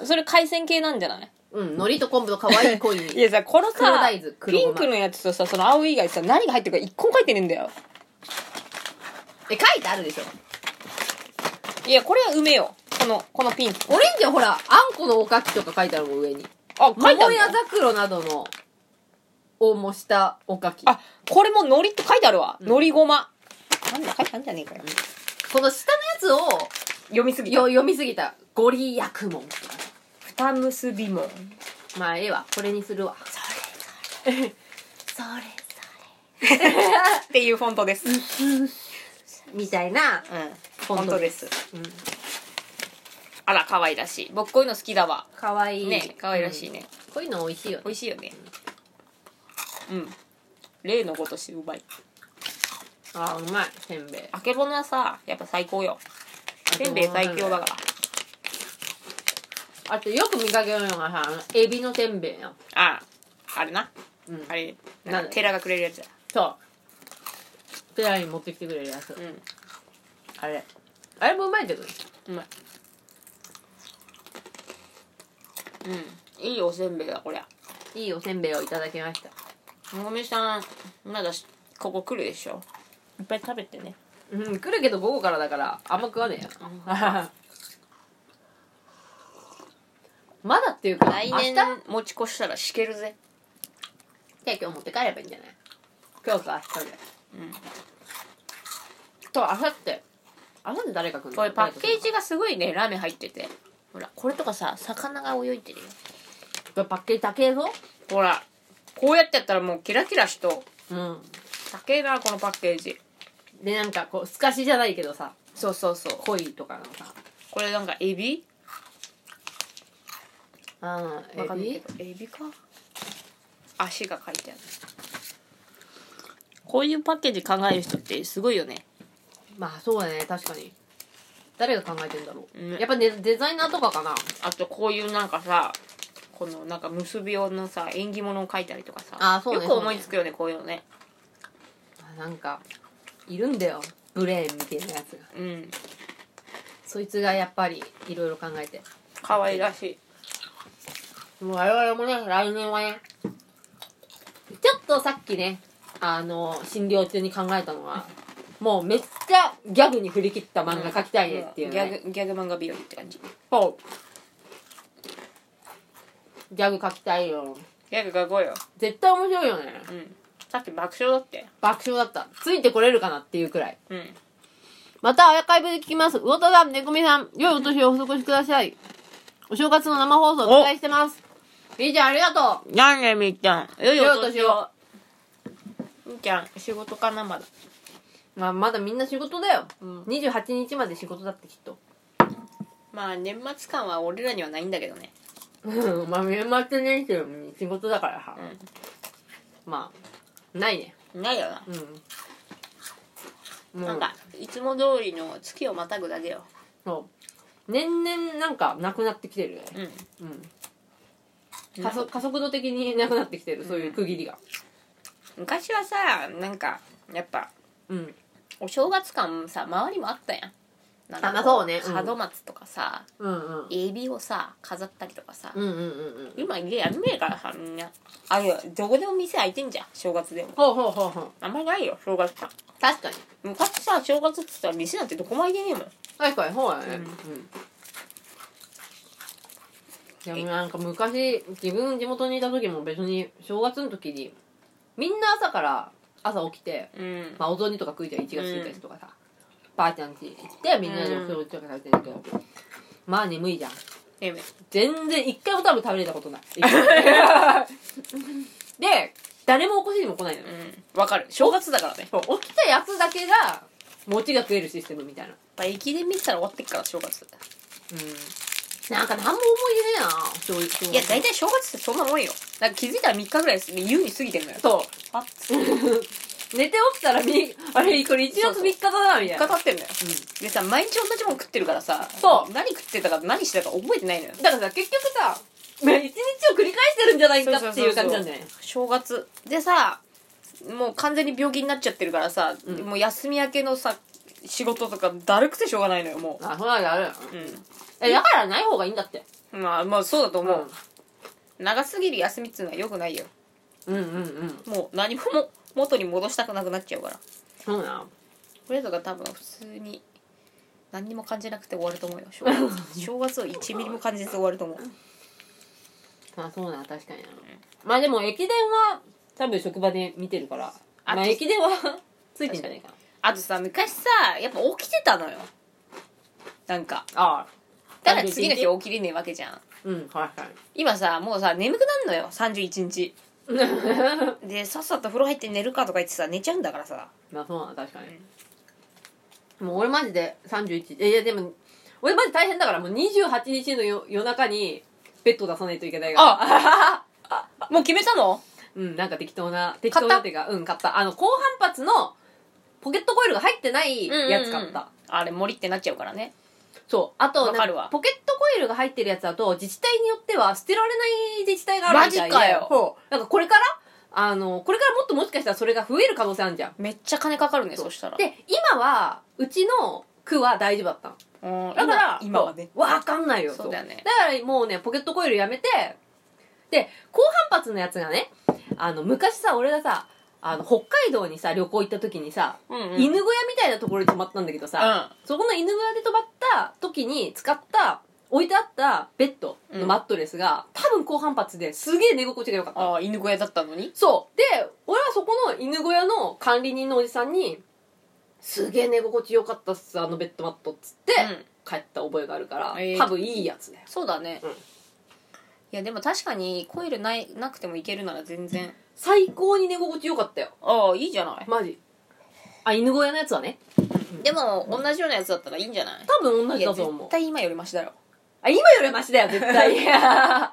うん。それ海鮮系なんじゃないうん、海苔と昆布の可愛い鯉 に。いやさこの黒さ大豆黒ピごまンクのやつとさその青以外さ何が入ってるか一個も書いてねえんだよえ、書いてあるでしょ。いや、これは埋めよう。この、このピンク。オレンジはほら、あんこのおかきとか書いてあるもん、上に。あ、書いてあ桃るや桜などの、を模したおかき。あ、これも海苔って書いてあるわ。うん海苔ごま。なんだ、書いてあるんじゃねえかよ。この下のやつを、読みすぎよた。読みすぎた。ゴリヤクモン。二結びもん。まあ、ええわ。これにするわ。それそれっていうフォントです。うん。みたいな。フォントです。うん。あら、可愛らしい。僕こういうの好きだわ。かわいい。ね、可愛らしいね。うん。こういうの美味しいよね美味しいよね。うん。例のごとしてうまい。あー、うまい。せんべい。あけぼのはさ、やっぱ最高よ。せんべい最強だから。あとよく見かけるのがさ、あのエビのせんべいよ。ああ、あれな。うんあ。れ、ななんんだか寺がくれるやつだ。そう。ペアに持ってきてくれるやつ。うん。あれ。あれもうまいけどね。うまい。うん。いいおせんべいだ、こりゃ。いいおせんべいをいただきました。のみさん、まだしここ来るでしょいっぱい食べてね。うん、来るけど午後からだから、あんま食わねえや。 まだっていうか、来年明日持ち越したらしけるぜ。じゃあ今日持って帰ればいいんじゃない今日か明日で。うん。と、明後日。明後日誰か来るのこれパッケージがすごいね、ラメ入ってて。ほら、これとかさ、魚が泳いでるよ。が。パッケージ高えぞ。ほら、こうやってやったらもうキラキラしと。うん。高えな、このパッケージ。で、なんかこう、透かしじゃないけどさ、そうそうそう。恋とかのさ。これなんかエビわかうんなん。エいビけどエビか足が書いてあるこういうパッケージ考える人ってすごいよねまあそうだね、確かに。誰が考えてんだろう。ねやっぱ、ね、デザイナーとかかな。あとこういうなんかさこのなんか結び用のさ縁起物を書いたりとかさあそうねよく思いつくよねこういうのねあなんか、いるんだよ。ブレーンみたいなやつが。うんそいつがやっぱり、いろいろ考えて。可愛らしいもう我々もね、来年はね、ちょっとさっきね、あの、診療中に考えたのは、もうめっちゃギャグに振り切った漫画描きたいねっていう、ねギャグギャグ漫画日和って感じそう。ギャグ描きたいよ。ギャグが5よ絶対面白いよね。うんさっき爆笑だって爆笑だった。ついてこれるかなっていうくらい。うんまたアーカイブで聞きます。魚田さん、ねこみさん、良いお年をお過ごしください。お正月の生放送お伝えしてます。みーちゃんありがとう。なんでみーちゃんよい良いおお年年ををみーちゃん仕事かなまだまあ、まだみんな仕事だよ。うん28日まで仕事だってきっと。まあ年末感は俺らにはないんだけどねうん、まあ、年末年始に仕事だからさ。まあ、ないね。うんないよな、うん。もうなんかいつも通りの月をまたぐだけよそう。年々なんかなくなってきてるよね。うんうん。加速加速度的になくなってきてる、そういう区切りが。昔はさなんかやっぱうん。お正月感さ周りもあったやんなんかあまあそうねうん門松とかさ、うんうん。エビをさ飾ったりとかさ、うんうんうんうん。今家やんねえからさみんなあれどこでも店開いてんじゃん正月でもほうほうほうほう。あんまりないよ正月感確かに。昔さ正月っつったら店なんてどこも開いてねえもん確かに、ほうやね。うんうん。でもなんか昔、自分地元にいた時も別に、正月の時に、みんな朝から朝起きて、うんまあお雑煮とか食いたり1月1日とかさ、ばあちゃん家行ってみんなでお正月とか食べてるけど、まあ眠いじゃん。ね全然一回も多分食べれたこ とない。で、誰も起こしにも来ないのえよう。んわかる正月だからねやっそう起きたやつだけが、餅が食えるシステムみたいな。ぱ駅伝見てたら終わってっから正月うん。なんか何も思い出ねえな、正直いや、大体正月ってそんなもんよ。なんか気づいたら3日ぐらいですね。優に過ぎてんのよ。そあっつって。う。寝て起きたらみ、あれ、これ1月3日だな、みたい3日な。経ってんのよ。でさ、毎日同じもん食ってるからさ、そう何食ってたか何してたか覚えてないのようん。。だからさ、結局さ、まあ一日を繰り返してるんじゃないかっていう感じなんじゃない正月。でさ、もう完全に病気になっちゃってるからさ、うんもう休み明けのさ、仕事とかだるくてしょうがないのよ、もあ、そうなんだ、ある。う。え、だからない方がいいんだって。うん。まあ、まあそうだと思う。う長すぎる休みっつうのは良くないよ。んうんうん。もう何も元に戻したくなくなっちゃうから。そうなの俺とか多分普通に何にも感じなくて終わると思うよ正月正月を1ミリも感じず終わると思うまあそうな確かになまあでも駅伝は多分職場で見てるからあまあ駅伝はついてんじゃないかなあとさ昔さやっぱ起きてたのよなんかああただ次の日起きれねえわけじゃんうんはいはい今さもうさ眠くなるのよ31日 でさっさと風呂入って寝るかとか言ってさ寝ちゃうんだからさまあそうなの確かにもう俺マジで31えいやでも俺マジ大変だからもう28日の夜夜中にベッド出さないといけないからあ もう決めたのうんなんか適当な適当なっていうかうん買ったあの高反発のポケットコイルが入ってないやつ買った、うんうんうんあれ森ってなっちゃうからねそうあとわかるなんわポケットコイルが入ってるやつだと自治体によっては捨てられない自治体があるみたいでマジかよそうなんかこれからあのこれからもっともしかしたらそれが増える可能性あるじゃんめっちゃ金かかるねそしたらで今はうちの区は大丈夫だったのうん だから今今はねわかんないよそうだよねだからもうねポケットコイルやめてで高反発のやつがねあの昔さ俺がさあの北海道にさ旅行行った時にさ、うんうん犬小屋みたいなところに泊まったんだけどさ、そこの犬小屋で泊まった時に使った置いてあったベッドのマットレスが、多分高反発ですげえ寝心地が良かったああ犬小屋だったのにそう。で、俺はそこの犬小屋の管理人のおじさんに、すげえ寝心地良かったっす、あのベッドマットっつって、うん帰った覚えがあるから、えー多分いいやつだよ。そうだね、うんいやでも確かにコイルないなくてもいけるなら全然最高に寝心地良かったよ。ああいいじゃない、マジ。あ、犬小屋のやつはね。でも同じようなやつだったらいいんじゃない多分同いじやだと思う絶。対今よりマシだろあ、今よりマシだよ、絶対。いや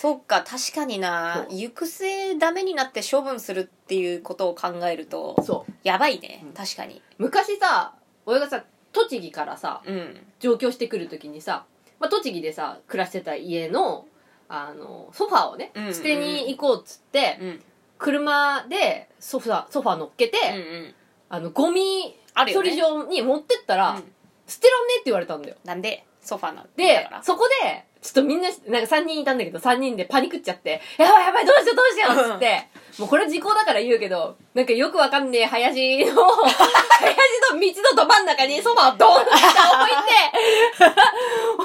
そっか確かになそう行く末ダメになって処分するっていうことを考えると そう。やばいね、うん確かに昔さ、俺がさ、栃木からさ、うん上京してくる時にさ、まあ、栃木でさ、暮らしてた家の、あの、ソファーをねうんうんう、ん捨てに行こうっつって、うん車でソファソファ乗っけて、うんうんあのゴミある処よ理ね場に持ってったら、うん捨てらんねえって言われたんだよなんでソファなんだでからそこでちょっとみんななんか3人いたんだけど3人でパニクっちゃって「やばいやばいどうしようどうしよう」っつってもうこれ時効だから言うけどなんかよくわかんねえ林 の林の道のど真ん中にソファをド ーンって置いて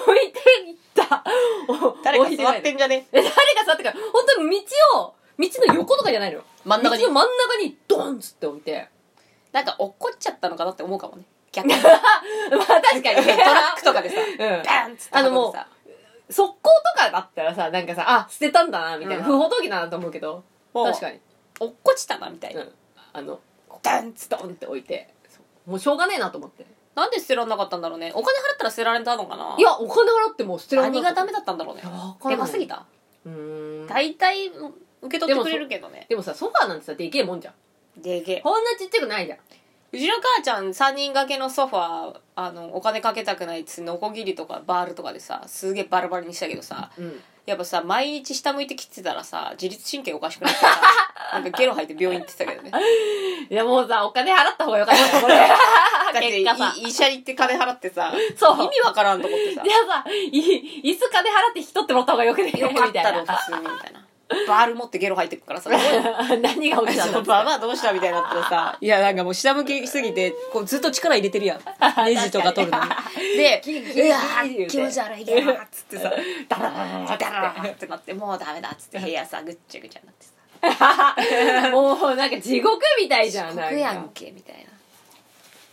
置いていったお誰か置い座ないってんじゃねえ誰が座ってか本当に道を道の横とかじゃないのよ真ん中に道の真ん中にドンっつって置 いてなんか落っこっちゃったのかなって思うかもね逆にまあ確かにトラックとかでさうんバーンっつってあのも運んうでさ速攻とかだったらさなんかさあ捨てたんだなみたいな、うん不法投棄だなと思うけどもう確かに、落っこちたなみたいうな、ん、あのダンっつってドンって置いてそうもうしょうがねえなと思ってなんで捨てられなかったんだろうねお金払ったら捨てられたのかないやお金払ってもう捨てられな何かがったダメだったんだろうねいやわかんなでいかすぎたうーん大体受け取ってくれるけどねでもさソファーなんてさでけえもんじゃんでげえこんなちっちゃくないじゃんうちの母ちゃん3人掛けのソファーあのお金かけたくないっつってノコギリとかバールとかでさすげえバラバラにしたけどさうんやっぱさ毎日下向いて切ってたらさ自律神経おかしくなって さなんかゲロ吐いて病院行ってたけどねだいやもうさお金払った方がよかったよこれって 結果さい医者行って金払ってさそう意味わからんと思ってさいやさ、い、椅子金払って引き取ってもらった方が よくねよかっみたたろい普通にみたいなバール持ってゲロ吐いてくからさな。 何 が起きたんだそうっババアどうしたみたいになってさ。いや、なんかもう下向きすぎて、こうずっと力入れてるやん。ネジとか取るのに。で、ギうわギリギリー気持ち悪いゲローっつってさ、て ダラダラダダララーってなって、もうダメだっつって部屋さ、ぐっちゃぐちゃになってさ、ダラ もうなんか地獄みたいじゃん。地獄やなんんかけ、みたいな。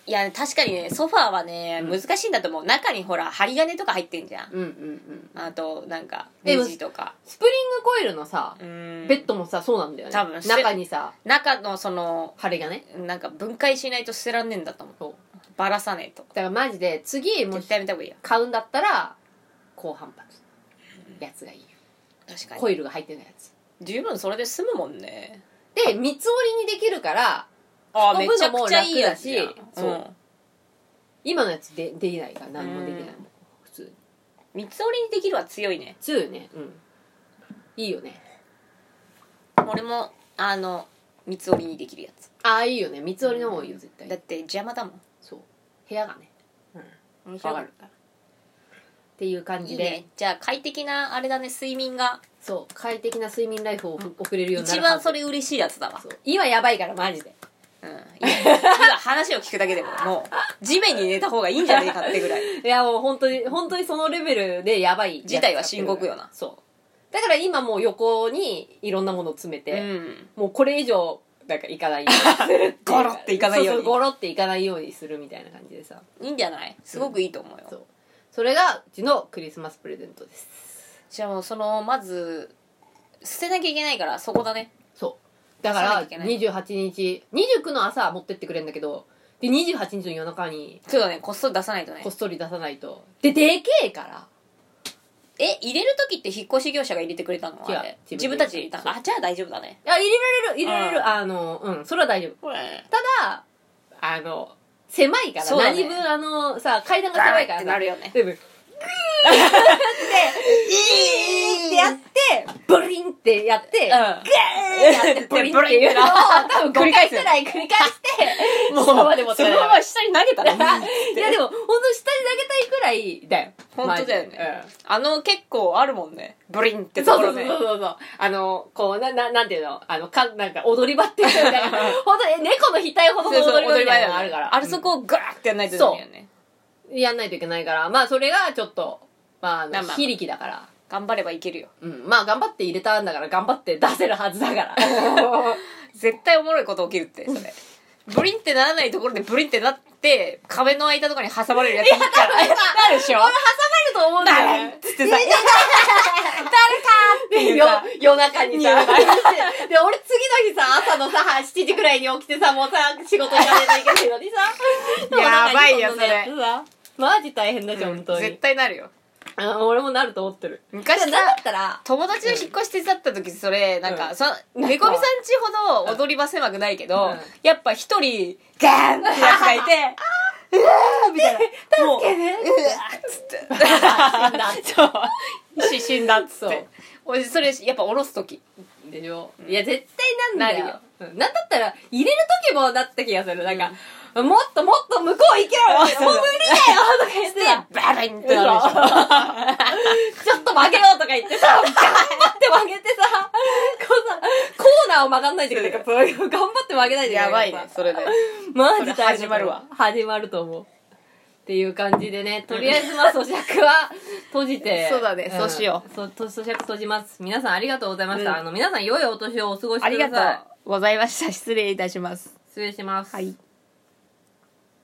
いや、確かにね、ソファーはね、うん難しいんだと思う。中にほら、針金とか入ってんじゃん。うんうんうん。あと、なんか、でネもジとか。スプリングコイルのさ、うーんベッドもさ、そうなんだよね。多分中にさ、中のその、針がね。なんか分解しないと捨てらんねえんだと思う。そう。ばらさねえと。だからマジで、次、もう絶対やめた方がいいよ。買うんだったら、高反発。やつがいいよ。確かにコ。イルが入ってないやつ。十分それで済むもんねで、三つ折りにできるから、あーめちゃくちゃいいやつじゃんそうんう今のやつでできないから何もできないもん。普通に。三つ折りにできるは強いね強いよね。うん。いいよね。俺もあの三つ折りにできるやつああいいよね三つ折りの方がいいよ絶対だって邪魔だもんそう部屋がね面白いかるかっていう感らいじいでねじゃあ快適なあれだね睡眠がそう快適な睡眠ライフを送れるようにな一る番それれ嬉しいやつだわ今やばいからマジでうん話を聞くだけ でももう地面に寝た方がいいんじゃねえかってぐらいいやもう本当に本当にそのレベルでやばいやつ事態は深刻よなそうだから今もう横にいろんなものを詰めて、んもうこれ以上なんかいかないようにする っていうゴロっていかないようにそそゴロっていかないようにするみたいな感じでさいいんじゃないすごくいいと思うよ、そうそれがうちのクリスマスプレゼントですじゃあもうそのまず捨てなきゃいけないからそこだねそうだかそうならきゃいけない28日29の朝持ってってくれるんだけどで28日の夜中にちょっとねこっそり出さないとねこっそり出さないとででけえからえ入れる時って引っ越し業者が入れてくれたの違うあれ自自分分たでちで入れたのあじゃあ大丈夫だねいや入れられる入れられうんるあのうんそれは大丈夫これただあの狭いから、そうだね何分あのさ階段がやば狭いいかっらてさなるよねでもグーってやってブリンってやって、グーってやってブリンっていうのを多分繰り返5回すくらい繰り返して もうそのままでもそのまま下に投げたらいいいやでも本当下に投げたいくらいだよ本当だよねマジでうんあの結構あるもんねブリンってとそうころそうそうねそうそうそう。あの、こう、な、な、なんていうのあの、か、なんか、踊り場っていうか、 ほんと、え猫の額ほどそうのそう踊り場みたいなよねのがあるから。あれそこをガーってやんないとダメだよねうんやんないといけないから、まあ、それがちょっと、まああまあの、まあ非力だから。頑張ればいけるようん。まあ、頑張って入れたんだから、頑張って出せるはずだ から。絶対おもろいこと起きるってそれブリンってならないところでブリンってなって壁の間とかに挟まれる やついるからなるでしょあると思うんだよなねんつってさでよ夜中にさ、で、俺次の日さ、朝のさ、7時くらいに起きてさ、もうさ、仕事行かないといけないのにさ、 やばいよ夜中にんなやつさ。マジ大変だじゃん、本当絶に。対なるよあ俺もなると思ってる。昔さじゃあなかったら、友達の引っ越し手伝った時それなんか、うんその猫みさんちほど踊り場狭くないけど、うんやっぱ一人ガーンってやつがいてうわーみたいなもうえねうわーっつって死んだそう死死んだっつっそうて俺それやっぱ下ろす時でしょいや、絶対なんだよ。なるうんなんだったら、入れる時もなった気がする。なんか、もっともっと向こう行けあろそうもう無理だよとか言って、バリンってなるでしょちょっと曲げろとか言ってさ、頑張って曲げてさ、こうさ、コーナーを曲がんないといけないから、頑張って曲げないといけなやいかばらさいねそれでマそれジ大変始まるわ始まると思う。っていう感じでね、とりあえずまあ咀嚼は閉じて。そうだねそうしよう。そと咀嚼閉じます。皆さんありがとうございました。うんあの、皆さん良いお年をお過ごしください。ありがとうございました失礼いたします失礼します。はい